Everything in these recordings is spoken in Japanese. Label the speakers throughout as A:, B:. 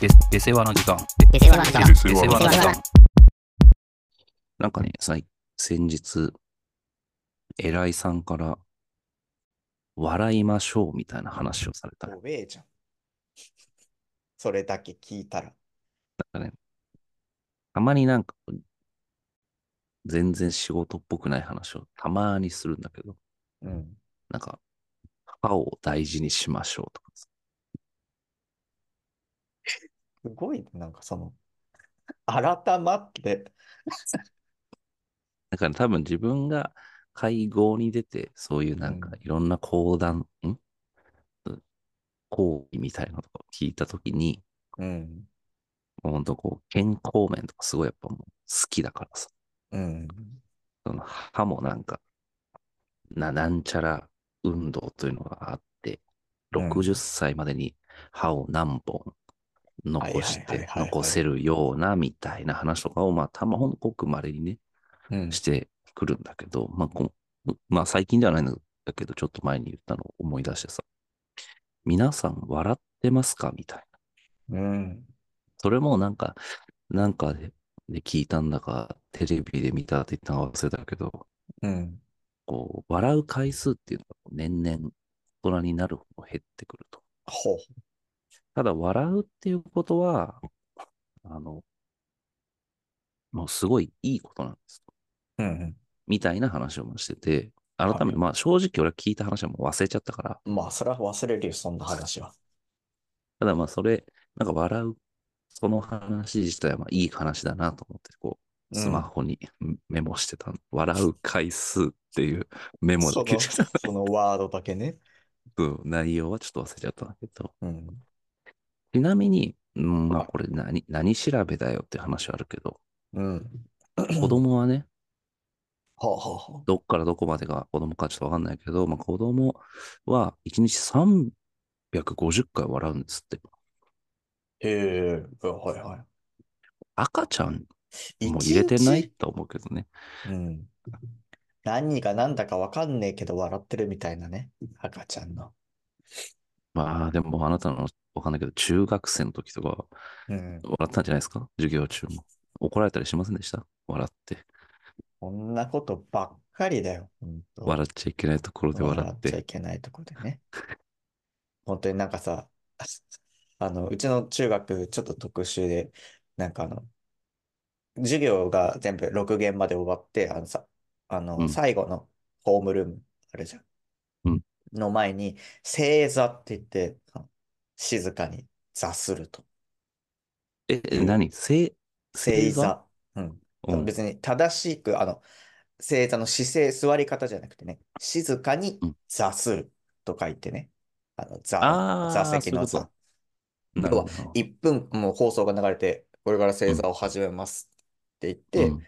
A: で、で世話の時間。
B: 出世話の時間
A: で
C: 出
A: 出
C: 世話
A: 世
C: の
A: 話
C: 時
A: の
C: 間
A: 時間。
C: なんかね、さい先日、偉いさんから、笑いましょうみたいな話をされたん
D: おえじゃん。それだけ聞いたら。
C: だね。たまになんか、全然仕事っぽくない話をたまにするんだけど、
D: うん。
C: なんか、歯を大事にしましょうとかさ
D: すごい、なんかその、改まって、
C: だから多分自分が会合に出て、そういうなんか
D: うん
C: いろんな講談、ん講義みたいなのとかを聞いたときに、
D: うん。
C: もうほんとこう、健康面とかすごいやっぱもう好きだからさ、
D: うん。
C: その歯もなんか、な、なんちゃら運動というのがあって、
D: うん
C: 60歳までに歯を何本残し
D: はいはいはい
C: て
D: はいはい
C: 残せるようなみたいな話とかを、まあ、たま、ほんとごく稀にね、
D: うん
C: してくるんだけど、まあこう、まあ最近ではないんだけど、ちょっと前に言ったのを思い出してさ、皆さん笑ってますかみたいな。
D: うん。
C: それもなんか、なんかでで聞いたんだか、テレビで見たって言ったのか忘れたけど、
D: うん。
C: こう、笑う回数っていうのが年々大人になるほど減ってくると。
D: ほう。
C: ただ、笑うっていうことは、あの、もうすごいいいことなんです。
D: うん。
C: みたいな話をしてて、改め、
D: はい
C: まあ正直俺は聞いた話はもう忘れちゃったから、
D: まあ、それは忘れるよ、そんな話は。
C: ただまあそれ、なんか笑う、その話自体はまあいい話だなと思って、こう、スマホにメモしてたの、笑う回数っていうメモだけで、
D: そのそのワードだけね。
C: うん内容はちょっと忘れちゃったんだけど、
D: うん。
C: ちなみに、うん、まあ
D: はい
C: これ何、何調べだよっていう話はあるけど、
D: うん。
C: 子供はね、
D: ほうほうほう。
C: どっからどこまでが子供かちょっとわかんないけど、まあ子供は1日350回笑うんですって。
D: へえ、うんはいは
C: 赤ちゃん
D: い。
C: も入れてない
D: 一
C: と思うけどね。
D: 日うん。何が何だかわかんねえけど笑ってるみたいなね。赤ちゃんの。
C: まあでもあなたのわかんないけど、中学生の時とか
D: うん。
C: 笑ったんじゃないですか授業中も。怒られたりしませんでした笑って。
D: こんなことばっかりだよ。本当
C: 笑っちゃいけないところで笑っ
D: ちゃ
C: て
D: い。けないとこでね。 本当になんかさ、 あの、うちの中学ちょっと特殊で、なんかあの、授業が全部6限まで終わって、あのさ、あの、
C: うん
D: 最後のホームルームあるじゃん。
C: うん
D: の前に、正座って言って、あの静かに座すると。
C: え、え何正、正
D: 正
C: 座
D: 座。うん。
C: うん
D: 別に正しく、あの、正座の姿勢、座り方じゃなくてね、静かに
C: うん
D: 座すると書いてね、あの、座、
C: あー
D: 座席の
C: そういう
D: 座
C: こ。なるほど。
D: 1分、もう放送が流れて、これから正座を始めますって言って、
C: うん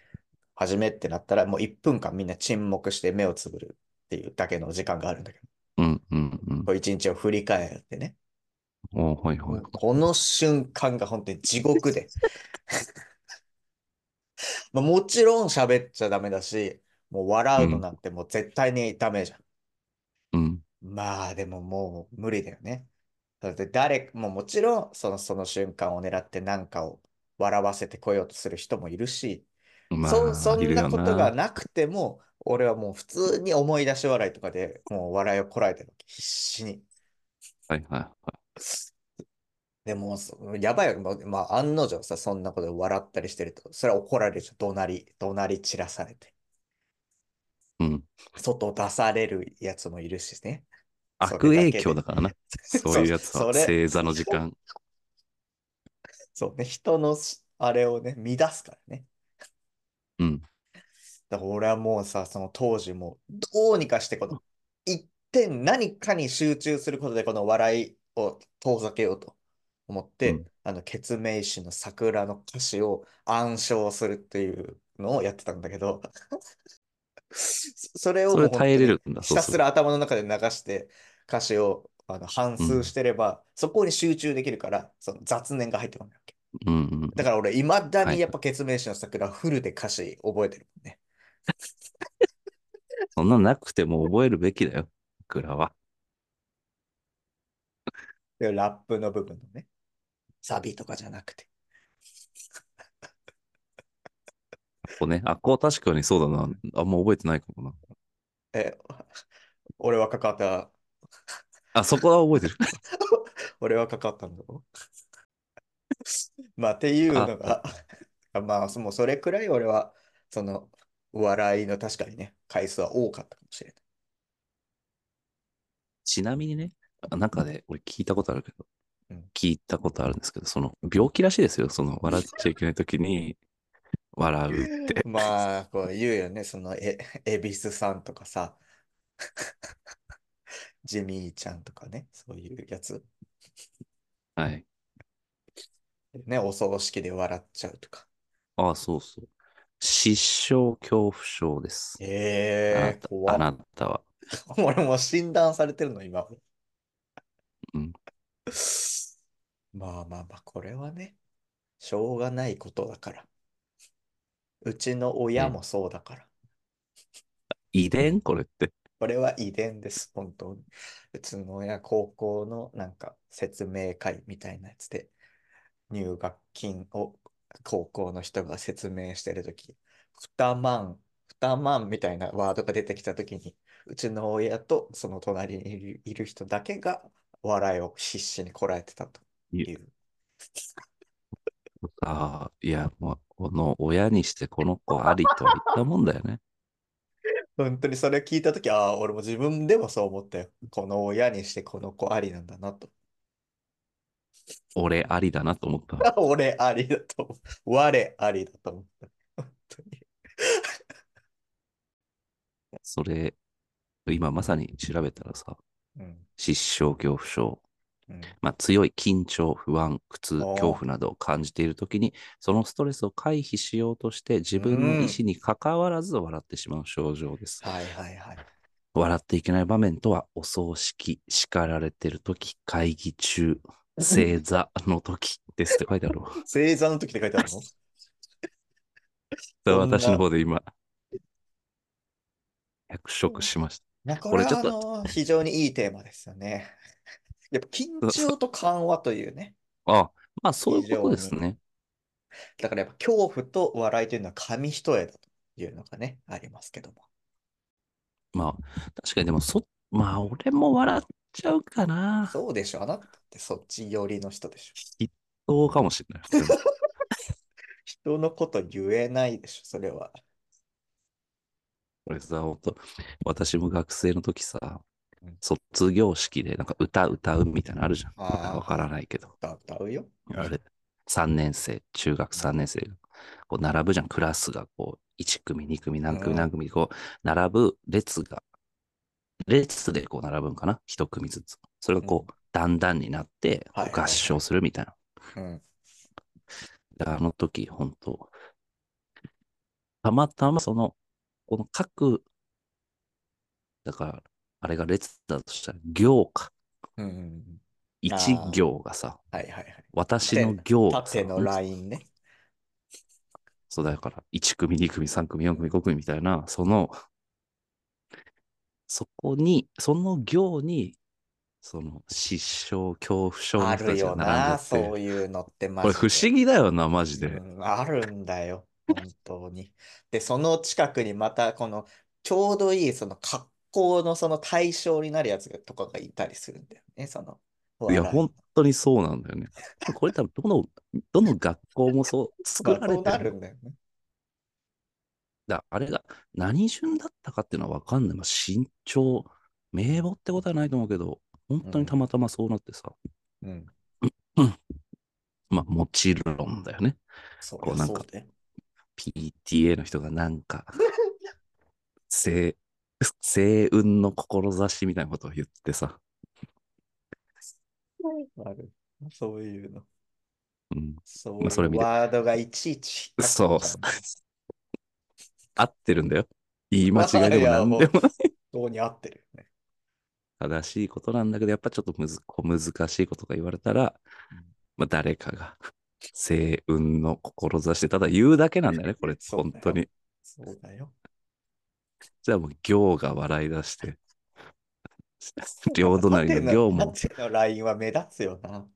D: 始めってなったら、もう1分間みんな沈黙して目をつぶるっていうだけの時間があるんだけど、
C: うんうんうん。
D: こう一日を振り返ってね、
C: おはいはい。
D: この瞬間が本当に地獄で。 まあもちろん喋っちゃダメだし、もう笑うのなんてもう絶対にダメじゃん。
C: うん。
D: まあでももう無理だよね。だって誰ももちろんそのその瞬間を狙って何かを笑わせてこようとする人もいるし、
C: ま
D: そそ
C: あ、い
D: ん
C: る
D: な
C: よ
D: ことが
C: な。
D: なくても、俺はもう普通に思い出し笑いとかでもう笑いをこらえてるわけ必死に。
C: はいはいはい。
D: でも、そやばいよ。ままあ、案の定さ、そんなことで笑ったりしてると、それは怒られるじゃん。怒鳴り、怒鳴り散らされて。
C: うん。
D: 外出されるやつもいるしね。それだ
C: 悪
D: けで
C: 影響だからな。そういうやつ
D: そ
C: は。
D: それ、
C: 正座の時間。
D: そうね、人のしあれをね、乱すからね。
C: うん。
D: だから俺はもうさ、その当時もう、どうにかしてこの、一点何かに集中することで、この笑いを遠ざけようと思って、
C: うん
D: あの、ケツメイシの桜の歌詞を暗唱するっていうのをやってたんだけど、 そそれを
C: そ
D: もう
C: れ
D: 本
C: 耐えれ
D: 当に
C: るんだ。
D: ひ
C: そう
D: た
C: す
D: す
C: る
D: ら頭の中で流して、歌詞をあの反数してれば、そこに集中できるから、その雑念が入ってこないわけ。
C: と。うんうん。
D: だから俺、いまだ
C: は
D: に
C: い
D: やっぱ、ケツメイシの桜、フルで歌詞覚えてるもんね。
C: そんななくても覚えるべきだよ。僕らは。
D: でラップの部分のね。サビとかじゃなくて。
C: ここね、あ、こう確かにそうだな。あんま覚えてないかもな。
D: え、俺は関わった、
C: あ、そこは覚えて る。
D: 俺は関わったんだろ まあ、っていうのが、 まあ、そもうそれくらい俺は、その、笑いの確かにね、回数は多かったかもしれない。
C: ちなみにね、あなんかね、俺聞いたことあるけど
D: うん、
C: 聞いたことあるんですけど、その病気らしいですよ。その笑っちゃいけないときに笑 うって。
D: まあ、こう言うよね、そ の、え、恵比寿さんとかさ、 ジミーちゃんとかね、そういうやつ。
C: はい。
D: ね、お葬式で笑っちゃうとか。
C: あそうそう。失笑恐怖症です。あな
D: ええ
C: た
D: 怖
C: あ
D: っ
C: なたは。
D: 俺もう診断されてるの、今。
C: うん
D: まあまあまあ、これはね、しょうがないことだから。うちの親もそうだから。
C: 遺伝これって。
D: これは遺伝です、本当に。うちの親、高校のなんか説明会みたいなやつで、入学金を高校の人が説明してるとき、二万、二万みたいなワードが出てきたときに、うちの親とその隣にいるいる人だけが笑いを必死にこらえてたという。
C: ああ、いや、もう、この親にしてこの子ありとは言ったもんだよね。
D: 本当にそれ聞いたとき、ああ、俺も自分でもそう思ったよ。この親にしてこの子ありなんだなと。
C: 俺ありだなと思った。
D: 俺ありだと思う。我ありだと思った。本当に。
C: それ、今まさに調べたらさ、
D: うん。
C: 失笑恐怖症。
D: うん。
C: まあ、強い緊張、不安、苦痛、
D: おー
C: 恐怖などを感じているときに、そのストレスを回避しようとして、自分の意思に関わらず笑ってしまう症状です。
D: はいはいはい。
C: 笑っていけない場面とは、お葬式、叱られてるとき、会議 中、正座のときですって書いてあるわ。
D: 正座の時って書いてある
C: そ
D: の
C: れ
D: そんな
C: 私の方で今、役職しました。
D: なこ
C: こ
D: れ
C: れち
D: は
C: ょ
D: あ
C: っと
D: の非常にいいテーマですよね。 やっぱ緊張と緩和というね。
C: あまあそういうことですね。
D: だからやっぱ恐怖と笑いというのは紙一重だというのがね、ありますけども。
C: まあ、確かにでもそ、まあ俺も笑っちゃうかな。
D: そうでしょあなたってそっち寄りの人でしょ
C: そうかもしれない。でも
D: 人のこと言えないでしょそれは。
C: 俺さ、本当私も学生の時さ
D: うん、
C: 卒業式でなんか歌歌うみたいなのあるじゃん。
D: あー
C: なんかわからないけど。
D: 歌歌うよ。
C: あれ、3年生、中学3年生が、こう並ぶじゃん、クラスがこう、1組、2組、何
D: う
C: 組、
D: ん
C: 何組、こう、並ぶ列が、列でこう並ぶんかな、1組ずつ。それがこう、だんだんになって、こ
D: はいうはいはい
C: 合唱するみたいな。
D: うん。
C: であの時、本当たまたまその、この各、だから、あれが列だとしたら、行か。
D: うんうんうん。
C: 一行がさ、
D: はいはいはい。
C: 私の行がさ
D: 縦のラインね。
C: そうだから、1組、2組、3組、4組、5組みたいな、その、そこに、その行に、その、失笑、恐怖症の
D: あ
C: 人た
D: る
C: ちが
D: よ
C: 並
D: なん
C: でて
D: そういうのってマ
C: これ
D: ジ
C: 不
D: で。
C: 思議だよな、マジで。
D: うん、あるんだよ、本当に。で、その近くにまた、この、ちょうどいい、その格好のその対象になるやつとかがいたりするんだよね、その、
C: いや、
D: 笑い
C: 本当にそうなんだよね。これ多分、どの、どの学校もそう、作
D: が
C: られ
D: そうな
C: て
D: る
C: る。
D: んだよね。
C: だあれが、何順だったかっていうのは分かんない。まあ、身長、名簿ってことはないと思うけど、本当にたまたまそうなってさ、
D: うん。
C: まあ、もちろんだよね。
D: そ
C: こ
D: う
C: うなん
D: そ
C: か
D: うだよ。
C: PTA の人がなんか、星、星雲の志みたいなことを言ってさ、
D: ある。そういうの。
C: うん、
D: そう
C: まあそれ
D: いう
C: 見て
D: ワードがいちいちあっ
C: そう
D: ちゃんだよ。
C: 合ってるんだよ。言い間違いでも何でも
D: どうに合ってるよね。
C: 正しいことなんだけど、やっぱちょっとむず小難しいことが言われたら
D: うん、
C: まあ、誰かが星雲の志してただ言うだけなん だよね、これ、
D: そうだよ
C: 本当に。
D: そうだよ。
C: じゃあもう行が笑い出して、両隣の行も、
D: 縦のラインは目立つよな。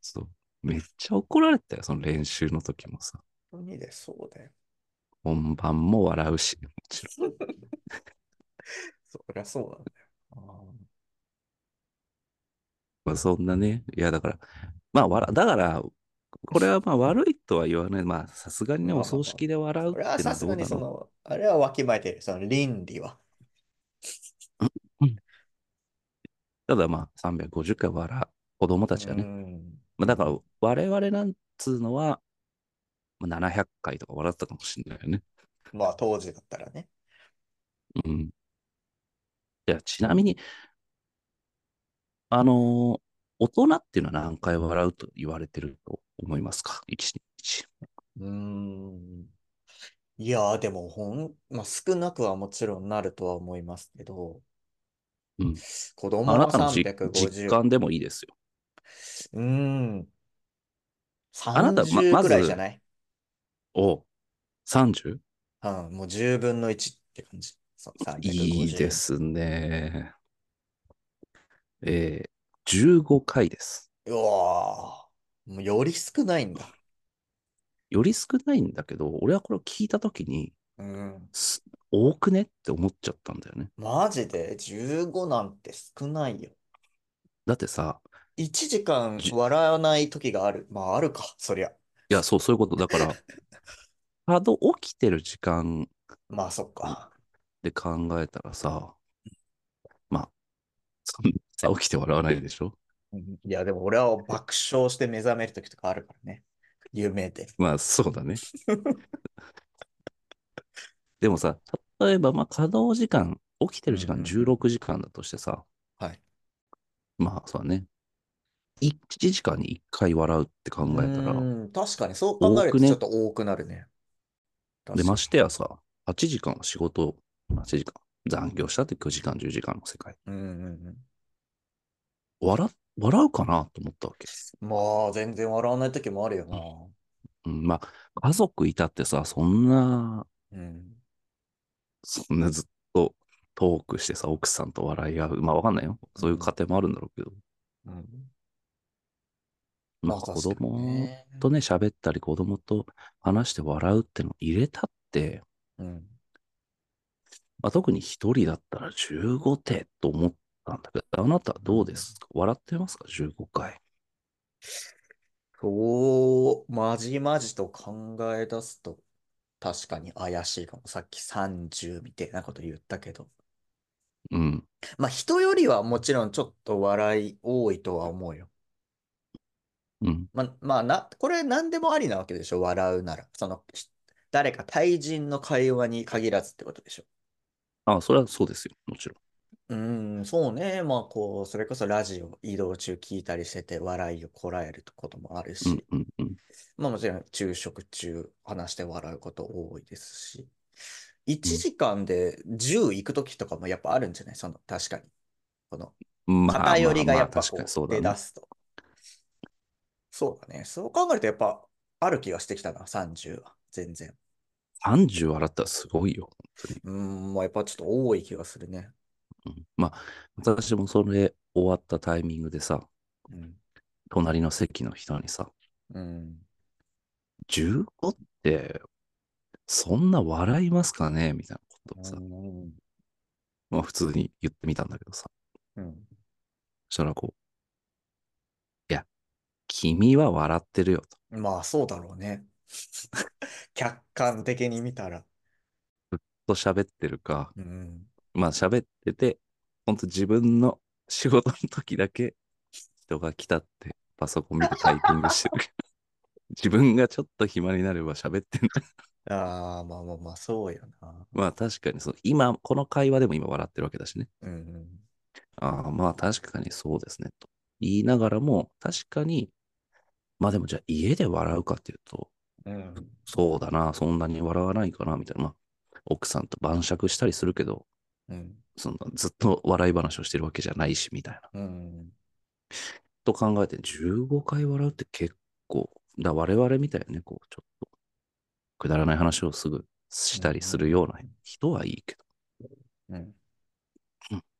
C: そうめっちゃ怒られたよ、その練習の時もさ。
D: 本当にで、そうだよ。
C: 本番も笑うし、もちろん。
D: そりゃそうなんだよ。
C: まあ、そんなね、いや、だから、まあ、わらだから、これはまあ悪いとは言わない。まあ、さすがにね、お
D: まあまあまあ
C: 葬式で笑うっ
D: こ
C: て
D: れ
C: のは
D: はさす
C: どう
D: が
C: な
D: にそ
C: の
D: の、あれはわきまえてる、その倫理は。
C: ただまあ、350回笑う。子供たちがね。
D: うん
C: まあ、だから、我々なんつうのは、まあ700回とか笑ったかもしれないよね。
D: まあ当時だったらね。
C: うん。いや、ちなみに、あのー大人っていうのは何回笑うと言われてると思いますか一日。
D: うーん。いやー、でもほん、まあ、少なくはもちろんなるとは思いますけど、
C: うん
D: 子供
C: あな
D: の
C: たのじ
D: 350。
C: 実感でもいいですよ。
D: うーん。
C: あなたま
D: 30
C: まず
D: くらいじゃない、
C: お 30?
D: うん、もう10分の1って感じ。そう350
C: いいで。すね。えー、15回です。
D: うわーもうより少ないんだ。
C: より少ないんだけど、俺はこれを聞いたときに、
D: うん。
C: す多くねって思っちゃったんだよね。
D: マジで15なんて少ないよ。
C: だってさ、
D: 1時間
C: じ
D: 笑わない時がある。まああるか、そりゃ。
C: いや、そう、そういうこと。だ から、あの、起きてる時間
D: まあそっか。
C: で考えたらさ、まあ、そんな起きて笑わないでしょ
D: うんいや、でも俺は爆笑して目覚める時とかあるからね。夢で。
C: まあ、そう だね。でもさ、例えば、まあ、稼働時間、起きてる時間
D: うんうん
C: 16時間だとしてさ、
D: はい。
C: まあ、そうだね。1時間に1回笑うって考えたら、
D: うん、確かにそう考える
C: 多く
D: と
C: ね
D: ちょっと多くなるね。
C: で、
D: 確か
C: ま
D: に
C: してやさ、8時間は仕事、8時間、残業したって9時間、10時間の世界。
D: うんうん
C: 笑っ、笑うかなと思った わけ。
D: うん。まあ、全然笑わない時もあるよ
C: うん、まあ、家族いたってさ、そんな、
D: な。うん。
C: そんなずっとトークしてさ、奥さんと笑い合う。まあ、わかんないよ。そういう家庭もあるんだろうけど。
D: うん、
C: まあ、子供とね、喋ったり、子供と話して笑うってのを入れたって、
D: うん。
C: まあ、特に一人だったら15点と思ったんだけど、あなたはどうですか笑ってますか ?15 回。
D: そう、まじまじと考え出すと、確かに怪しいかも。さっき30みたいなこと言ったけど。
C: うん。
D: まあ、人よりはもちろんちょっと笑い多いとは思うよ。
C: うん。
D: ま、まあな、これ何でもありなわけでしょ、笑うなら。その、ひ誰か対人の会話に限らずってことでしょ。
C: ああ、それはそうですよ。もちろん。
D: うーん、そうね。まあ、こう、それこそラジオ移動中聞いたりしてて、笑いをこらえることもある
C: うん
D: し、
C: うんうん。
D: まあもちろん昼食中話して笑うこと多いですし、1時間で10行くときとかもやっぱあるんじゃないその、確かに。この、
C: まあ、まあ
D: 偏りがやっ
C: ま
D: ぱ
C: あ確か
D: こ
C: にそう
D: う、
C: だ
D: 出
C: ね
D: だ。すと。そうだね。そう考えるとやっぱ、ある気がしてきたな、30は。全然。
C: 30笑ったらすごいよ。本当に。
D: うーん、まあ、やっぱちょっと多い気がするね。
C: うんまあ、私もそれ終わったタイミングでさ、
D: うん。
C: 隣の席の人にさ、
D: うん。
C: 15って、そんな笑いますかねみたいなことをさ、
D: うん。
C: まあ普通に言ってみたんだけどさ、
D: うん。
C: そしたらこう、いや、君は笑ってるよと。
D: まあ、そうだろうね。 客観的に見たら。
C: と喋ってるか、
D: うん。
C: まあ喋ってて、ほんと自分の仕事の時だけ人が来たって、パソコン見てタイピングして るから。自分がちょっと暇になれば喋ってんだ。
D: ああ、まあまあまあ、そうよな。
C: まあ確かにその、今、この会話でも今笑ってるわけだしね。
D: うんうん。
C: ああ、まあ確かにそうですね、と言いながらも、確かに、まあでもじゃあ家で笑うかっていうと、
D: うん。
C: そうだな、そんなに笑わないかな、みたいな。まあ、奥さんと晩酌したりするけど、
D: うん。
C: そんなずっと笑い話をしてるわけじゃないし、みたいな。
D: うん。
C: と考えて、15回笑うって結構、だ我々みたいなね、こう、ちょっと、くだらない話をすぐしたりするような人はいいけ
D: うん。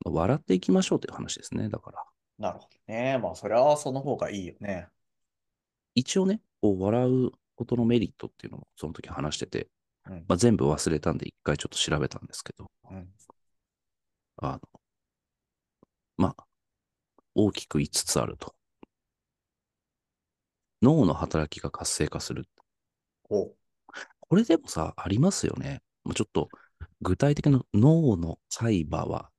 C: ど、笑っていきましょうという話ですね、だから。
D: なるほどね。まあ、それはその方がいいよね。
C: 一応ね、こう笑うことのメリットっていうのもその時話してて、
D: うん
C: まあ、全部忘れたんで一回ちょっと調べたんですけど、
D: うん。
C: あの、まあ、大きく5つあると。脳の働きが活性化する。
D: お、
C: これでもさ、ありますよね。もうちょっと具体的な脳の海馬は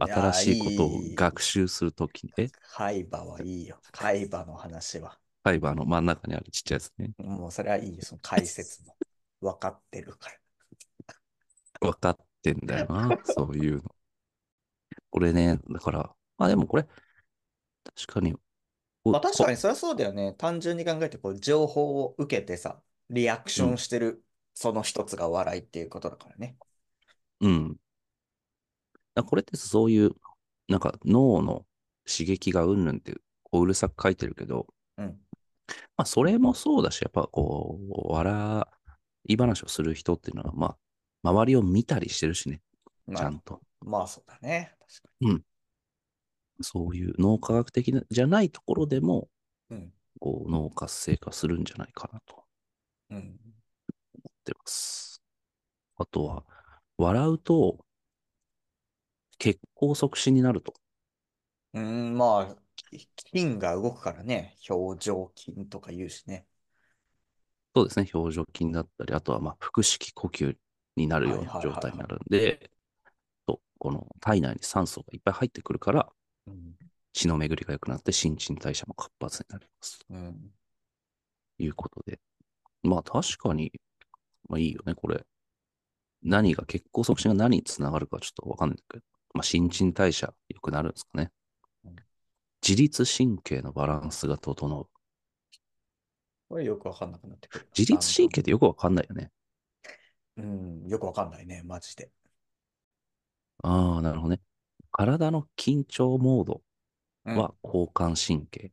C: 新しいことを
D: いやいい
C: 学習するときに、え
D: 海馬はい いよ。海馬の話は。
C: 海馬の真ん中にあるちっちゃいやつね。
D: もうそれはいいよ。その解 説も。分かってるから。
C: 分かってんだよ な、そういうの。これね、だから、まあでもこれ、確かに、こ
D: まあ、確か
C: こ
D: にそりゃそうだよね。単純に考えて、こう、情報を受けてさ、リアクションしてる、その一つが笑いっていうことだからね。
C: うん。だこれってそういう、なんか脳の刺激がうんぬんって、こううるさく書いてるけど、
D: うん。
C: まあ、それもそうだし、やっぱこう、笑い話をする人っていうのは、まあ、周りを見たりしてるしね、ち
D: ま
C: ゃ
D: あ
C: ん、と。
D: まあそうだね。確か
C: そういう脳科学的なじゃないところでも、
D: に。うん。
C: こう、脳活性化するんじゃないかなと思
D: うん。
C: ってます。あとは、笑うと、血行促進になると。
D: うーん、まあ、き筋が動くからね。表情筋とか言うしね。
C: そうですね、表情筋だったり、あとはまあ腹式呼吸になるような
D: はいはいはい
C: 状
D: はい
C: 態になるんで、とこの体内に酸素がいっぱい入ってくるから、
D: うん。
C: 血の巡りが良くなって、新陳代謝も活発になります
D: うん。
C: ということで、まあ確かに、まあいいよね、これ。何が、血行促進が何につながるかちょっとわかんないけど、まあ新陳代謝良くなるんですかね
D: うん。
C: 自律神経のバランスが整う。
D: これよくわかんなくなってくるな。
C: 自律神経ってよくわかんないよね。
D: だんだん。うん、よくわかんないね。マジで。
C: ああ、なるほどね。体の緊張モード
D: うん
C: は交感神経。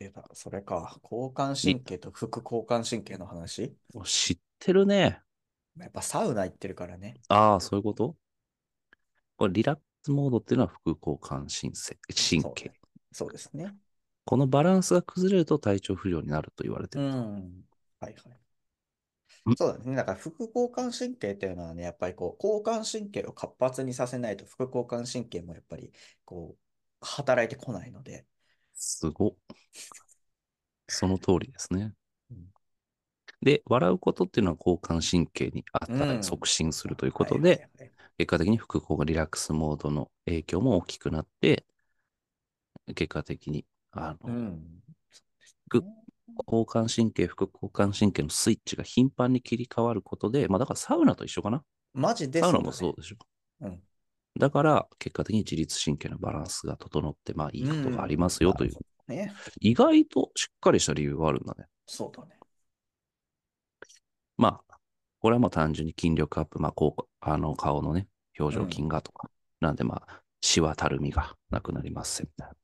D: えだそれか。交感神経と副交感神経の話。
C: お知ってるね。
D: やっぱサウナ行ってるからね。
C: ああ、そういうことこれリラックスモードっていうのは副交感神経。神
D: そう
C: 経
D: ねそうですね。
C: このバランスが崩れると体調不良になると言われて
D: う
C: る。
D: ん。はいはい。
C: うん
D: そうだね。だから副交感神経っていうのはね、やっぱりこう、交感神経を活発にさせないと、副交感神経もやっぱり、こう、働いてこないので。
C: すごっ。その通りですね
D: うん。
C: で、笑うことっていうのは交感神経に
D: うん
C: 促進するという
D: は
C: こ
D: い
C: とで、
D: はいはい
C: 結果的に副交感リラックスモードの影響も大きくなって、結果的に、あ
D: う
C: の、
D: ん。
C: ぐ交感神経、副交感神経のスイッチが頻繁に切り替わることで、まあだからサウナと一緒かな。
D: マジで
C: サウナ
D: だ
C: も
D: ね
C: そうでしょ。
D: うん
C: だから、結果的に自律神経のバランスが整って、まあいいことがありますよという、
D: ね。
C: 意外としっかりした理由があるんだね。
D: そうだね。
C: まあ、これはもう単純に筋力アップ、まあ、こう、あの、顔のね、表情筋がとか、なんでまあ、シワたるみがなくなりますよみたいな。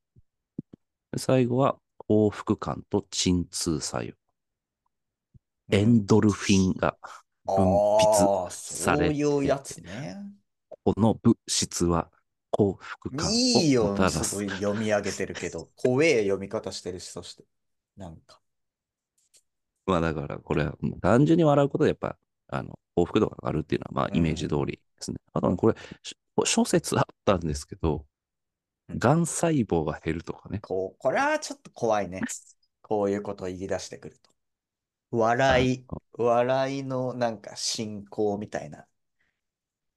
C: で最後は、幸福感と鎮痛作用、エ
D: うん
C: ンドルフィンが、分泌
D: あー
C: されて
D: そういうやつね。
C: この物質は幸福感
D: いい
C: をも
D: よ、
C: たら
D: すご
C: す。
D: い読み上げてるけど、怖え読み方してるし、そして。なんか。
C: まあだから、これはもう単純に笑うことで、やっぱ、あの、幸福度が上がるっていうのは、ま
D: う
C: あ、
D: ん
C: イメージ通りですね。あとね、これ、し諸説あったんですけど、
D: うん
C: がん細胞が減るとかね。
D: こう、これはちょっと怖いね。こういうことを言い出してくると。笑い
C: あ、
D: 笑いのなんか進行みたいな。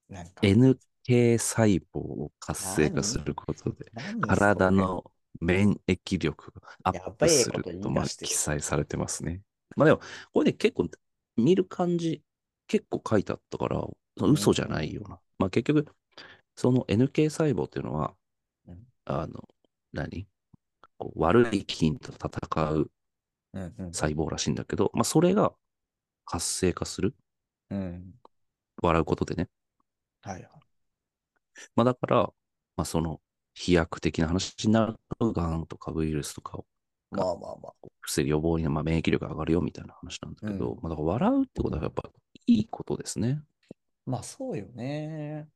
D: なんか、
C: NK 細胞を活性化することで、
D: 何
C: 体
D: それ
C: の免疫力がアップする
D: やべえこと
C: と、
D: 言い
C: まあ、
D: 出してる
C: 記載されてますね。まあでも、これで結構、見る感じ、結構書いてあったから、その嘘じゃないような。まあ結局、その NK 細胞っていうのは
D: うん、
C: あの、何こう悪い菌と戦う
D: うんうん
C: 細胞らしいんだけど、まあそれが活性化する。
D: うん。
C: 笑うことでね。
D: はいはい。
C: まあだから、まあその飛躍的な話になると、がんとかウイルスとかを
D: まあまあまあ。
C: 防ぐ予防に、まあ、免疫力が上がるよみたいな話なんだけど、
D: うん
C: まあだから笑うってことはやっぱいいことですね。
D: まあそうよね。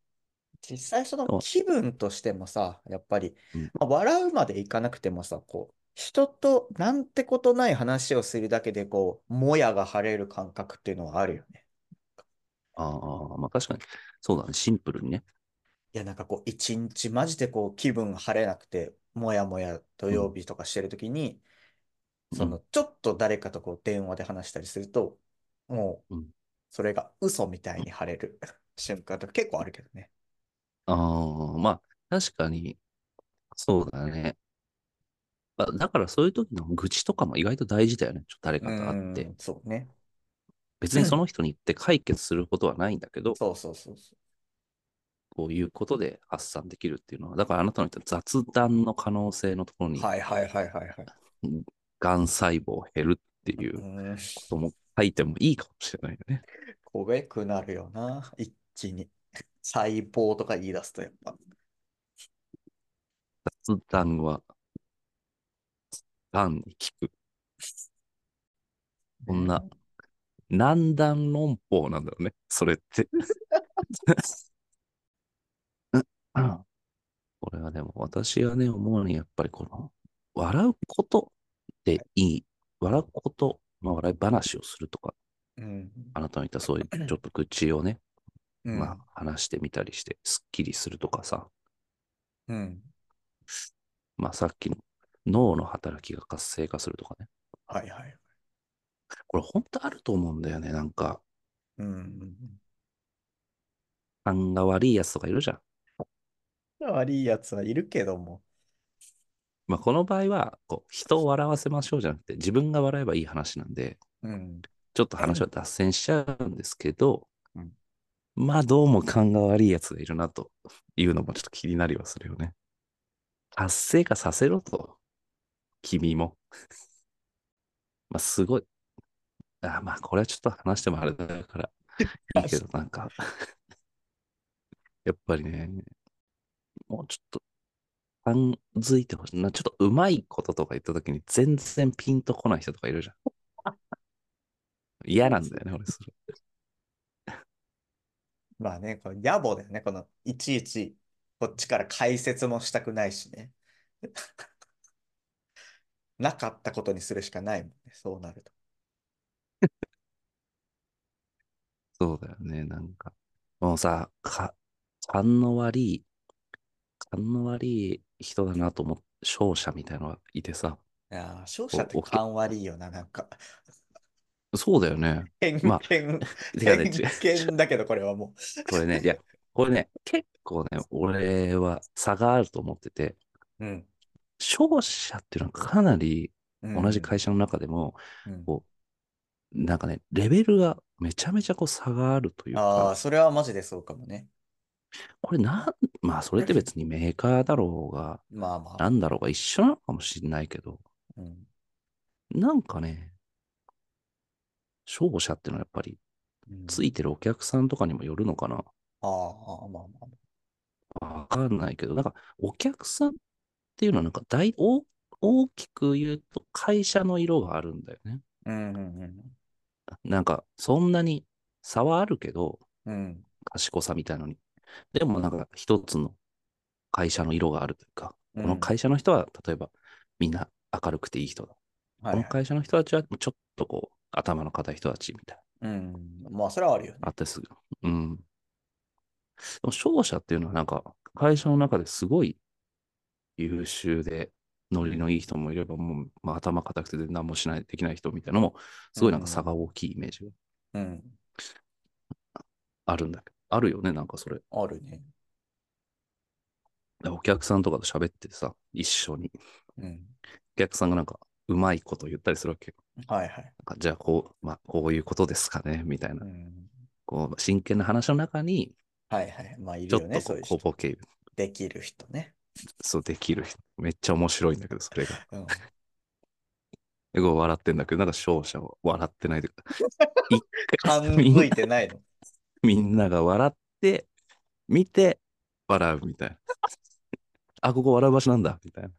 D: 実際その
C: そう
D: 気分としてもさ、やっぱり、
C: うん
D: まあ、笑うまでいかなくてもさ、こう、人となんてことない話をするだけで、こう、もやが晴れる感覚っていうのはあるよね。
C: ああ、まあ確かに。そうだね。シンプルにね。
D: いや、なんかこう、一日マジでこう、気分晴れなくて、もやもや土曜日とかしてるときに、その、ちょっと誰かとこう、電話で話したりすると、もう
C: うん、
D: それが嘘みたいに晴れる 瞬間とか結構あるけどね。
C: ああ、まあ確かに。そうだね。まあだからそういう時の愚痴とかも意外と大事だよね。ちょっと誰かと会って
D: う。ん、そうね。
C: 別にその人に言って解決することはないんだけど、
D: そうそうそうそ
C: こういうことで発散できるっていうのは、だからあなたの言った雑談の可能性のところ
D: う。
C: に、
D: はいはいはいはいはい。
C: がん細胞減るっていううこ
D: ん、
C: とも書いてもいいかもしれないよね。
D: 焦げくなるよな、一気に。細胞とか言い出すとやっぱ。
C: 雑談は、がんに効く。こんな、難談論法なんだろうね、それって。うんこれはでも私がね、思うにやっぱりこの、笑うことでいい。笑うこと、まあ、笑い話をするとか、
D: うん。
C: あなたの言ったそういうちょっと愚痴をね、
D: うん。
C: まあ話してみたりして、すっきりするとかさ、
D: うん。
C: まあさっきの脳の働きが活性化するとかね。
D: はいはい。
C: これ本当あると思うんだよね、なんか。
D: うんうん
C: 勘が悪いやつとかいるじゃん。
D: うん。悪いやつはいるけども。
C: まあ、この場合は、こう、人を笑わせましょうじゃなくて、自分が笑えばいい話なんで、
D: うん。
C: ちょっと話は脱線しちゃうんですけど、
D: うん
C: まあ、どうも勘が悪いやつがいるなというのもちょっと気になりはするよね。達成化させろと。君も。 まあ、すごい。あまあ、これはちょっと話してもあれだ から、いいけど、なんか、やっぱりね、もうちょっと、感づいてほしいな。ちょっとうまいこととか言ったときに全然ピンとこない人とかいるじゃん。嫌なんだよね、俺それ。
D: まあね、これ野暮だよね。この、いちいち、こっちから解説もしたくないしね。 なかったことにするしかないもんね。そうなると。
C: そうだよね、なんか。もうさ、か、勘の悪い、勘の悪い人だなと思って、勝者みたいなのがいてさ。
D: いやー勝者って
C: おおけ
D: 勘悪いよな、なんか。
C: そうだよね。
D: 偏
C: まあ
D: 見、
C: てかね、 違う
D: 偏見だけど、これはも
C: これね、いや、これね、結構ね、俺は差があると思ってて、
D: う。うん。
C: 勝者っていうのはかなり
D: うん
C: 同じ会社の中でも、
D: うん
C: こう、なんかね、レベルがめちゃめちゃこう差があるという
D: ああ、
C: か、
D: それはマジでそうかもね。
C: これなん、まあそれって別にメーカーだろうが、
D: まあまあ。
C: なんだろうが一緒なのかもしれないけど、
D: うん、
C: なんかね、勝者っていうのはやっぱり、
D: うん
C: ついてるお客さんとかにもよるのかな
D: ああ、まあまあ。
C: わかんないけど、なんかお客さんっていうのはなんか大、大大きく言うと会社の色があるんだよね。
D: うんうん
C: なんかそんなに差はあるけど、
D: うん。うん。
C: 賢さみたいのに。でもなんか一つの会社の色があるというか、
D: うん
C: この会社の人は例えばみんな明るくていい人だ。
D: はい
C: この
D: はい
C: 会社の人たちはちょっとこう頭の固い人たちみたい
D: うん。まあ、それはあるよね。
C: な。あってすぐ。うん。でも勝者っていうのはなんか会社の中ですごい優秀で、ノリのいい人もいれば、もう、まあ、頭固くて何もしない、できない人みたいなのも、すごいなんか差が大きいイメージが
D: うん。
C: あるんだけど、あるよね、なんかそれ。
D: あるね。
C: お客さんとかと喋ってさ、一緒に。
D: うん。
C: お客さんがなんか、うまいこと言ったりするわけよ。
D: はいは
C: な
D: い。
C: んかじゃあ、こう、まあ、こういうことですかね、みたいな
D: う。ん。
C: こう、真剣な話の中に、
D: はいはい。まあ、い
C: ち
D: る
C: ょ
D: よ
C: っ
D: ね、
C: と
D: そ
C: こ
D: ういう
C: う、小
D: 人。
C: ボケ、
D: できる人ね。
C: そう、できる人。めっちゃ面白いんだけど、それが。
D: うん。
C: でこう笑ってんだけど、なんか勝者は笑ってないという か、
D: 勘づいてないの。
C: みんなが笑って、見て、笑うみたいな。 あ、ここ笑う場所なんだ、みたいな。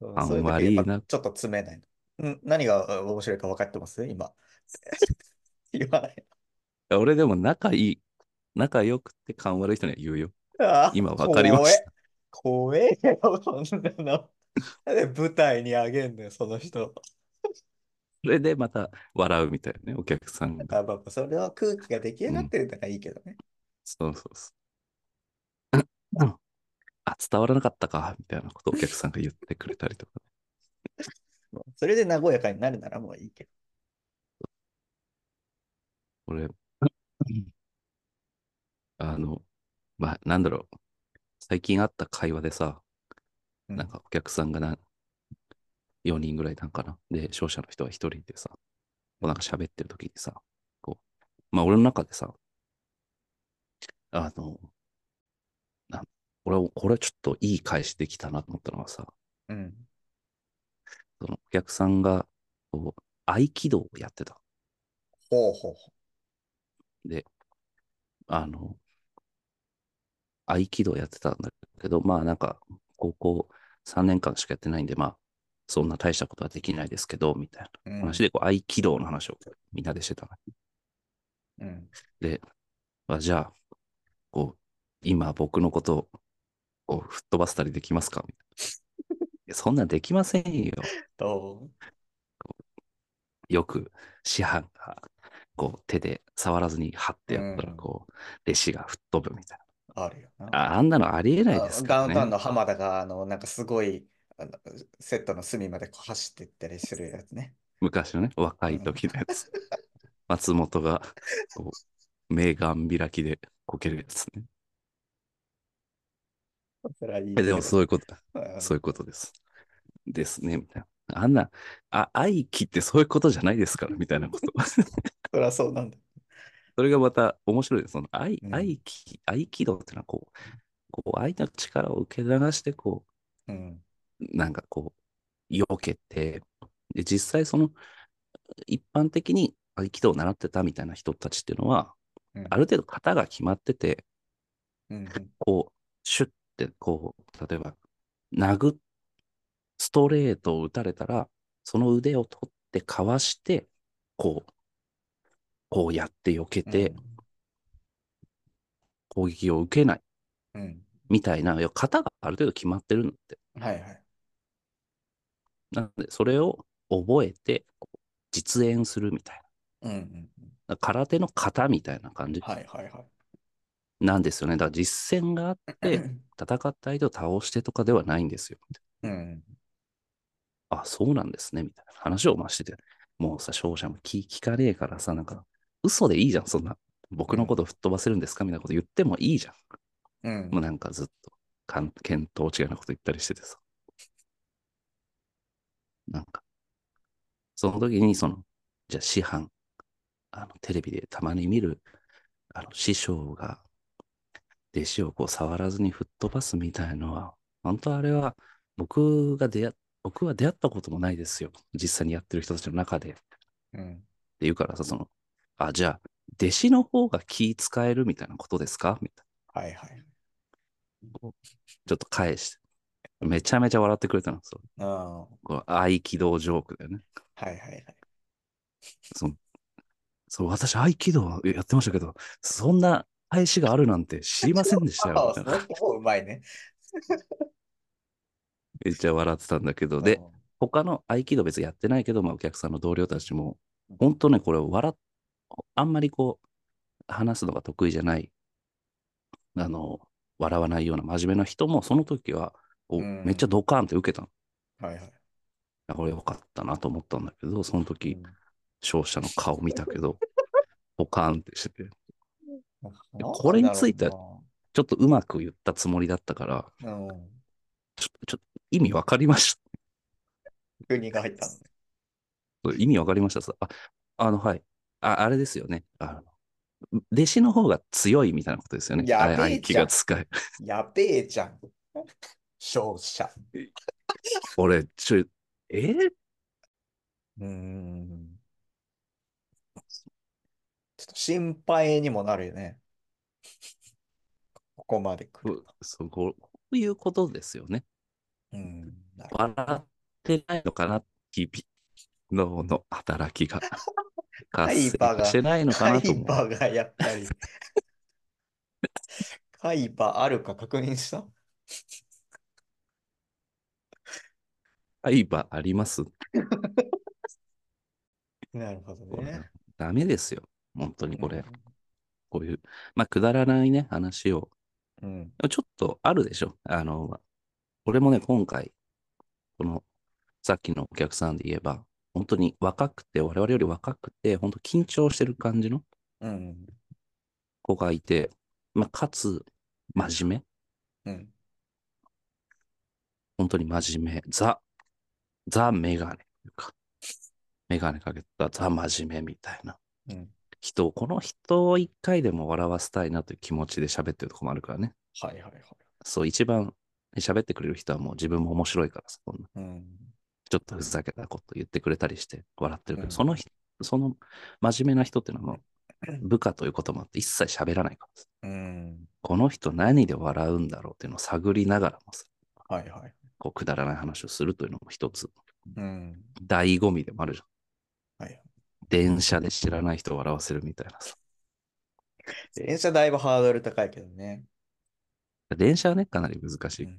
D: うん
C: あ
D: そういう時
C: あんまり
D: やっぱ
C: な
D: ちょっと詰めないの。ん何が面白いか分かってます今。 言わない。
C: 俺でも仲いい、仲良くて勘悪い人には言うよ。
D: あー
C: 今分かりました。
D: 怖え。怖えよ、そんなの。で、舞台にあげんのよ、その人。
C: それでまた笑うみたいなね、お客さんが。
D: あ、まあまあ、それは空気が出来上がってるんだからいいけどね。
C: そうそうそう。 うんあ、伝わらなかったか、みたいなことをお客さんが言ってくれたりとか。
D: もうそれで和やかになるならもういいけど。
C: 俺、あの、まあ、なんだろう。最近あった会話でさ、
D: うん
C: なんかお客さんがな、4人ぐらいいたんかな。で、勝者の人は1人でさ、こうなんか喋ってる時にさ、こう、まあ俺の中でさ、あの、なん俺は、これはちょっといい返しできたなと思ったのはさ、
D: うん。
C: そのお客さんが、こう、合気道をやってた。
D: ほうほうほ
C: あの、合気道やってたんだけど、まあなんか、高校3年間しかやってないんで、まあ、そんな大したことはできないですけど、みたいな
D: う。うん
C: 話で、こう、合気道の話をみんなでしてたの。
D: うん。
C: あじゃあ、こう、今僕のことを、こう、吹っ飛ばせたりできますかみたいないやそんなんできませんよ。
D: ど
C: よく師範が、こう、手で触らずに張ってやったら、
D: うん
C: こう、弟子が吹っ飛ぶみたいな。
D: うあるよな。
C: ああんなのありえないですから
D: ダウ
C: ね。
D: ンタウンの浜田が、あの、なんかすごい、あのセットの隅までこう走っていったりするやつね。
C: 昔のね、若い時のや つ。松本が、こう、名眼開きでこけるやつね。
D: それはいい
C: えでもそういうこと、
D: けどうん
C: そういうことです。ですね、みたいな。あんな、あ、愛気ってそういうことじゃないですから、みたいな こと。
D: そりゃそうなんだ。
C: それがまた面白いです。その愛
D: う、ん
C: 愛気、愛気度っていうのはこう、こう、愛の力を受け流して、こ
D: うん。
C: う、なんかこう、避けて、で、実際その、一般的に合気道を習ってたみたいな人たちっていうのは、
D: うん
C: ある程度型が決まってて、
D: うんうん
C: こう、シュッて、こう、例えば、殴っ、ストレートを打たれたら、その腕を取ってかわして、こう、こうやって避けて、攻撃を受けない、
D: うん。
C: みたいな、いや型がある程度決まってるんだって。
D: うん。はいはい。
C: なので、それを覚えて、こう実演するみたい
D: うんうんうん。
C: な。空手の型みたいな感じ
D: はいはいは
C: なんですよね。だから実践があ って、
D: い。
C: 戦った相手を倒してとかではないんですよ。
D: うん。
C: あ、そうなんですね、みたいな話をましてて、もうさ、勝者も聞聞かねえからさ、なんか、嘘でいいじゃん、そんな。僕のこと吹っ飛ばせるんですかみたいなこと言ってもいいじゃん。
D: うん
C: もうなんかずっと、かん見当違いなこと言ったりしててさ。なんか、その時に、その、じゃあ師範、あの、テレビでたまに見る、あの、師匠が、弟子をこう触らずに吹っ飛ばすみたいのは、本当あれは、僕が出会っ僕は出会ったこともないですよ。実際にやってる人たちの中で。って
D: うん。
C: 言うからさ、その、あ、じゃあ、弟子の方が気使えるみたいなことですかみたいな。
D: はいはい。
C: ちょっと返して。めちゃめちゃ笑ってくれたの。そう
D: ああ。は
C: この合気道ジョークだよね。
D: いはいはい。
C: そのそう私、合気道やってましたけど、そんな返しがあるなんて知りませんでした
D: あ
C: よ
D: あ、。そ
C: みたいな
D: の方うまいね。
C: めっちゃ笑ってたんだけど、で
D: う、ん、
C: 他の合気道別にやってないけど、まあ、お客さんの同僚たちも
D: うん、
C: 本当ね、これ笑っ、あんまりこう、話すのが得意じゃない、あの、笑わないような真面目な人も、その時は、こう
D: うん
C: めっちゃドカーンって受けたの。
D: はいはい。
C: あこれよかったなと思ったんだけど、その時、勝者の顔見たけど、 ポカーンってしてて、
D: うん
C: これについては、ちょっとうまく言ったつもりだったから、
D: なんだろうなうん、
C: ちょっとちょっと意味わかりまし
D: 国が入ったのね。
C: た。意味わかりましたさ。あ、あの、はい。あ、あれですよね。あの、弟子の方が強いみたいなことですよね。
D: やべえ
C: あれ合気が使え。
D: やべえじゃん。勝者。
C: 俺、ちょ、え
D: うーん。ちょっと心配にもなるよね。ここまで来る。
C: そうこうこういうことですよね。
D: うん。なる
C: 笑ってないのかな、日々。脳の働き が。
D: ハイ
C: 活
D: バー
C: 性
D: が
C: してないのか
D: カ
C: な
D: イ
C: と思う。
D: バーがやっぱ り。カイバーあるか確認した
C: 愛はあります。
D: なるほどね。
C: ダメですよ。本当にこれ。
D: うん
C: こういう、まあ、くだらないね、話を。
D: うん。
C: でもちょっとあるでしょ。あの、俺もね、今回、この、さっきのお客さんで言えば、本当に若くて、我々より若くて、本当緊張してる感じの
D: うん。
C: 子がいて、まあ、かつ、真面目。
D: うん。
C: 本当に真面目。ザ、ザメガネというか、メガネかけたザ真面目みたいな
D: うん。
C: 人を、この人を一回でも笑わせたいなという気持ちで喋ってるとこもあるからね。
D: はいはいはい。
C: そう、一番喋ってくれる人はもう自分も面白いからさ、こんな
D: うん。
C: ちょっとふざけたこと言ってくれたりして笑ってるけど、
D: うん
C: その人、その真面目な人っていうのはもう部下ということもあって一切喋らないからさ
D: うん。
C: この人何で笑うんだろうっていうのを探りながらもさ
D: はいはい。
C: こうくだらない話をするというのも一つ
D: うん。
C: 醍醐味でもあるじゃん。
D: はい
C: 電車で知らない人を笑わせるみたいなさ。
D: 電車だいぶハードル高いけどね。
C: 電車はね、かなり難し
D: う
C: い。
D: ん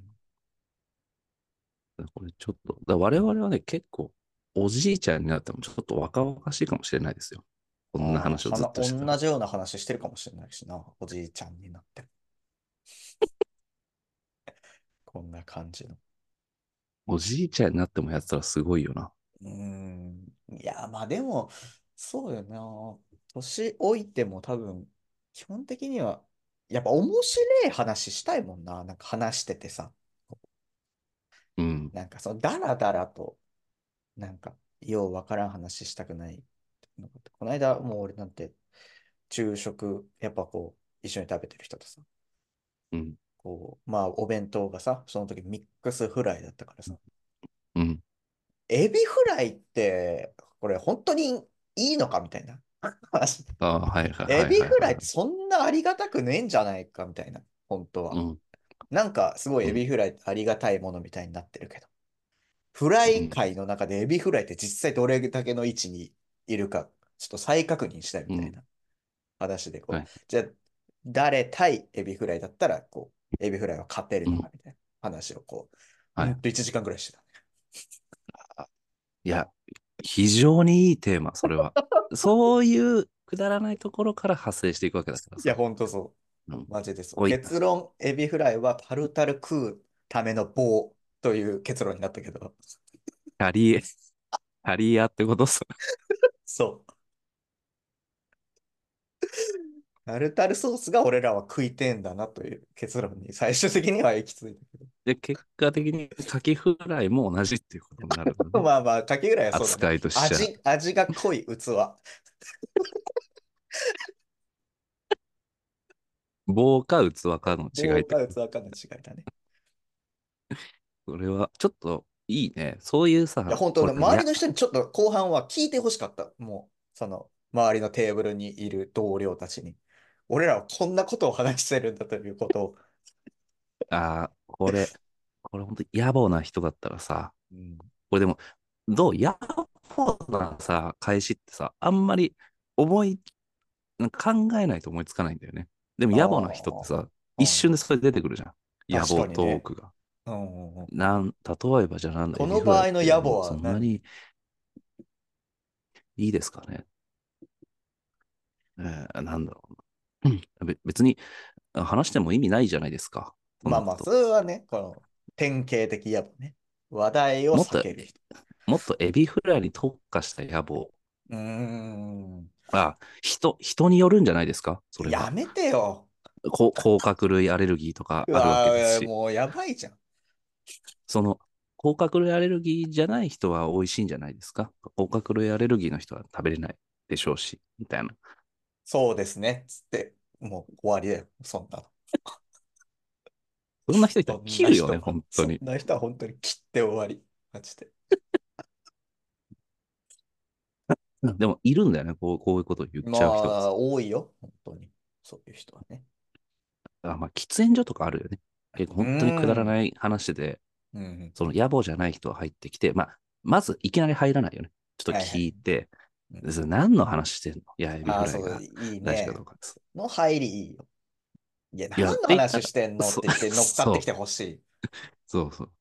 C: これちょっと、だ我々はね、結構おじいちゃんになってもちょっと若々しいかもしれないですよ。こんな話をずっとしてたら
D: 同じような話してるかもしれないしな、おじいちゃんに なっても。こんな感じの。
C: おじいちゃんになってもやってたらすごいよな。
D: うーん。いや、まあでも、そうよな。年老いても多分、基本的には、やっぱ面白い話したいもんな。なんか話しててさ。
C: うん。
D: なんかそのダラダラと、なんかようわからん話したくない。この間、もう俺なんて、昼食、やっぱこう、一緒に食べてる人とさ、
C: うん。
D: こう、まあお弁当がさ、その時ミックスフライだったからさ、
C: うん。
D: エビフライって、これ本当にいいのかみたいな。
C: ああ、はいはいはい
D: エ
C: はい。
D: ビフライってそんなありがたくねえんじゃないかみたいな、本当は。
C: うん。
D: なんかすごいエビフライってありがたいものみたいになってるけど、フライ界の中でエビフライって実際どれだけの位置にいるか、ちょっと再確認したいみたいな話でこう、
C: はい
D: じゃあ誰対エビフライだったらこう、エビフライは勝てるのかみたいな話をこう、
C: はい
D: ほんと1時間ぐらいしてた。
C: いや、非常にいいテーマ、それ は。そういうくだらないところから派生していくわけだから
D: い
C: さ
D: や、ほんとそう。
C: うん
D: マジでそ
C: お
D: う。
C: い
D: 結論、エビフライはタルタル食うための棒という結論になったけど、
C: キャリア、キャリアってことさ。
D: そう。 タルタルソースが俺らは食いてえんだなという結論に最終的には行き着いたけ
C: で、結果的にカキフライも同じっていうことになる、
D: ど。 まあまあ、かけぐらいはそうだ
C: 扱
D: ね。
C: いとしちゃ。
D: 味、味が濃い器。
C: 棒か器かの違いって。
D: 豪華器かの違いだね。
C: それは、ちょっといいね。そういうさ、
D: いや、本当ね、
C: 俺ね
D: 周りの人にちょっと後半は聞いてほしかった。もう、その、周りのテーブルにいる同僚たちに。俺らはこんなことを話してるんだということを。
C: ああ、これ、これ本当野暮な人だったらさ、
D: うん、
C: これでも、どう野暮なさ、返しってさ、あんまり思い、なんか考えないと思いつかないんだよね。でも野暮な人ってさ、一瞬でそれ出てくるじゃん。野
D: 確か
C: 暮
D: にね
C: トークが。
D: うんうんうん。
C: なん、例えばじゃあなんだ
D: この
C: エビフライ
D: 場合の野暮は
C: そんなに、いいですかね。えー、なんだろうな。うんべ別に、あ話しても意味ないじゃないですか。そん
D: ま
C: な
D: あまあ、
C: こと
D: それはね、この典型的やっぱね、話題を
C: もっと
D: 避ける人。
C: もっとエビフライに特化した野望。
D: うーん。
C: あ、人、人によるんじゃないですかそれ
D: や
C: は。
D: めてよ。
C: こ甲殻類アレルギーとかあ
D: う
C: るわけです
D: わー
C: し、
D: もうやばいじゃん。
C: その、甲殻類アレルギーじゃない人は美味しいんじゃないですか甲殻類アレルギーの人は食べれないでしょうし、みたいな。
D: そうですね。つって、もう終わりだよ。そんなの。
C: そんな人いたら
D: そんな
C: 切るよね、
D: 人
C: 本当に。
D: そんな人は本当に切って終わり。マジで。
C: うんでも、いるんだよね、こう、こういうことを言っ
D: ま
C: ちゃう人がさ。
D: あ、多いよ。本当に。そういう人はね。
C: あ、まあ、喫煙所とかあるよね。結構、本当にくだらない話で、
D: うんうん。
C: その野暮じゃない人が入ってきて、まあ、まずいきなり入らないよね。ちょっと聞いて、
D: はいはいうん
C: でそれ何の話してんのいや、エビフ
D: ああ、
C: ライ
D: そう
C: が
D: だ。いい
C: 大事
D: ね
C: か。どうかです。
D: の入りいいよ。いや、
C: いや
D: 何の話してんのっ
C: で
D: て言って乗っかってきてほしい。
C: そうそう。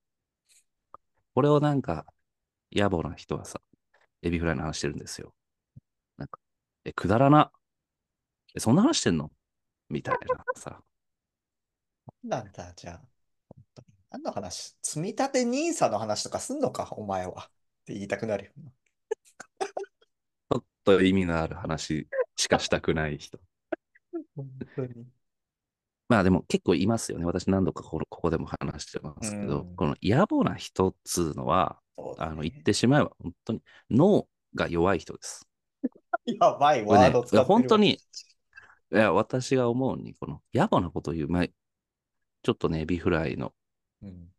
C: これをなんか、野暮な人はさ、エビフライの話してるんですよ。なんか、え、くだらな。え、そんな話してんのみたいなさ。
D: なんだ、じゃあ。本当に何の話積み立て NISA の話とかすんのか、お前は。って言いたくなるよな。
C: ちょっと意味のある話しかしたくない人。
D: 本当に。
C: まあでも結構いますよね。私何度かこのここでも話してますけど、
D: うん
C: この野暮な人っつうのは、
D: そうだ
C: あの
D: ね
C: 言ってしまえば本当に脳が弱い人です。
D: やばい、
C: これ
D: ワー
C: ね
D: ド使ってるわ
C: 本当に。いや私が思うに、この野暮なことを言う、まあ、ちょっとね、エビフライの、
D: うん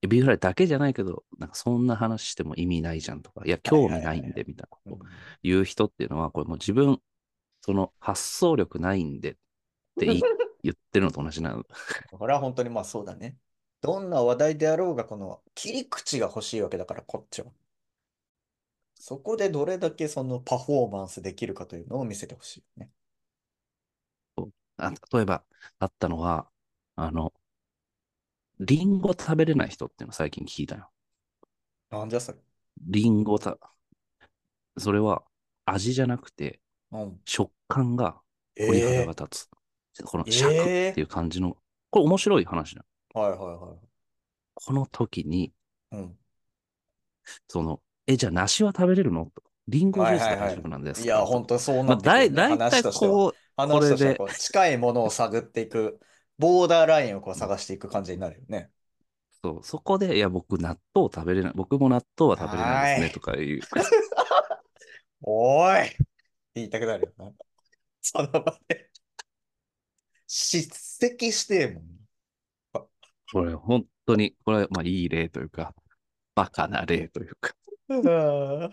C: エビフライだけじゃないけど、なんかそんな話しても意味ないじゃんとか、いや、興味ないんでみたいなことを言う人っていうのは、これもう自分、その発想力ないんでって い言ってるのと同じなの。
D: これは本当にまあそうだね。どんな話題であろうが、この切り口が欲しいわけだから、こっちは。そこでどれだけそのパフォーマンスできるかというのを見せてほしいよね。
C: あ例えば、あったのは、あの、リンゴ食べれない人っていうの最近聞いたよ。
D: なんじゃそれ。
C: リンゴた、それは味じゃなくて
D: うん。
C: 食感が
D: え
C: 鳥
D: え
C: 肌が立つ。このシャク
D: えー
C: っていう感じの、これ面白い話だ。
D: はいはいは
C: この時に、
D: い。うん。
C: その、え、じゃあ梨は食べれるのとリンゴジュースが大丈夫なんです
D: い
C: か、
D: や、本当そう
C: ま
D: な
C: あ、
D: ってくる
C: だ
D: ね
C: い、だいた
D: 話
C: い
D: としては。
C: こう、こ
D: 話
C: れ
D: としては
C: で
D: こう近いものを探っていく、ボーダーラインをこう探していく感じになるよね。
C: そう、そこで、いや、僕、納豆食べれない、僕も納豆は食べれないですね、
D: はい
C: とかいう。
D: おーい言いたくなるよな。その場で。叱責してえもん。
C: これ、本当に、これ、まあ、いい例というか、バカな例というか。
D: あー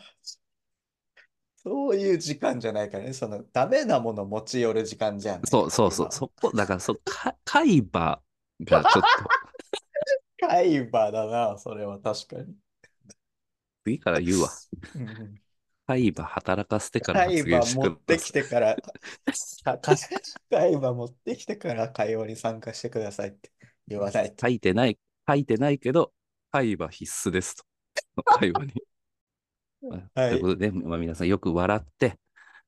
D: そういう時間じゃないからね。その、ダメなもの持ち寄る時間じゃない。
C: そうそうそう、そこ、だから、そう、か海馬が ちょっと、
D: 海馬だな、それは確かに。
C: 次から言うわ。
D: うん
C: 海馬働かせてから
D: 海
C: 発言
D: 馬
C: して
D: 持
C: く
D: って
C: だ
D: き
C: さい。
D: て から、かか海馬持ってきてから会話に参加してくださいって言わないと。
C: 書いてない、書いてないけど、海馬必須ですと。会話 に。まあ
D: はい
C: ということで、まあ、皆さんよく笑って、
D: はい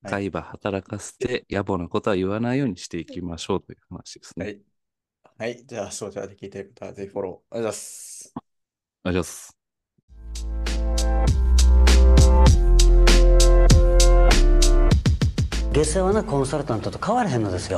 C: 海馬働かせて、野暮なことは言わないようにしていきましょうという話ですね。
D: はいはい、じゃあ、そうじゃあ、聞いてる方はぜひフォロー。ありがとうございます。
C: お願いします。
A: 下世話なコンサルタントと変わらへんのですよ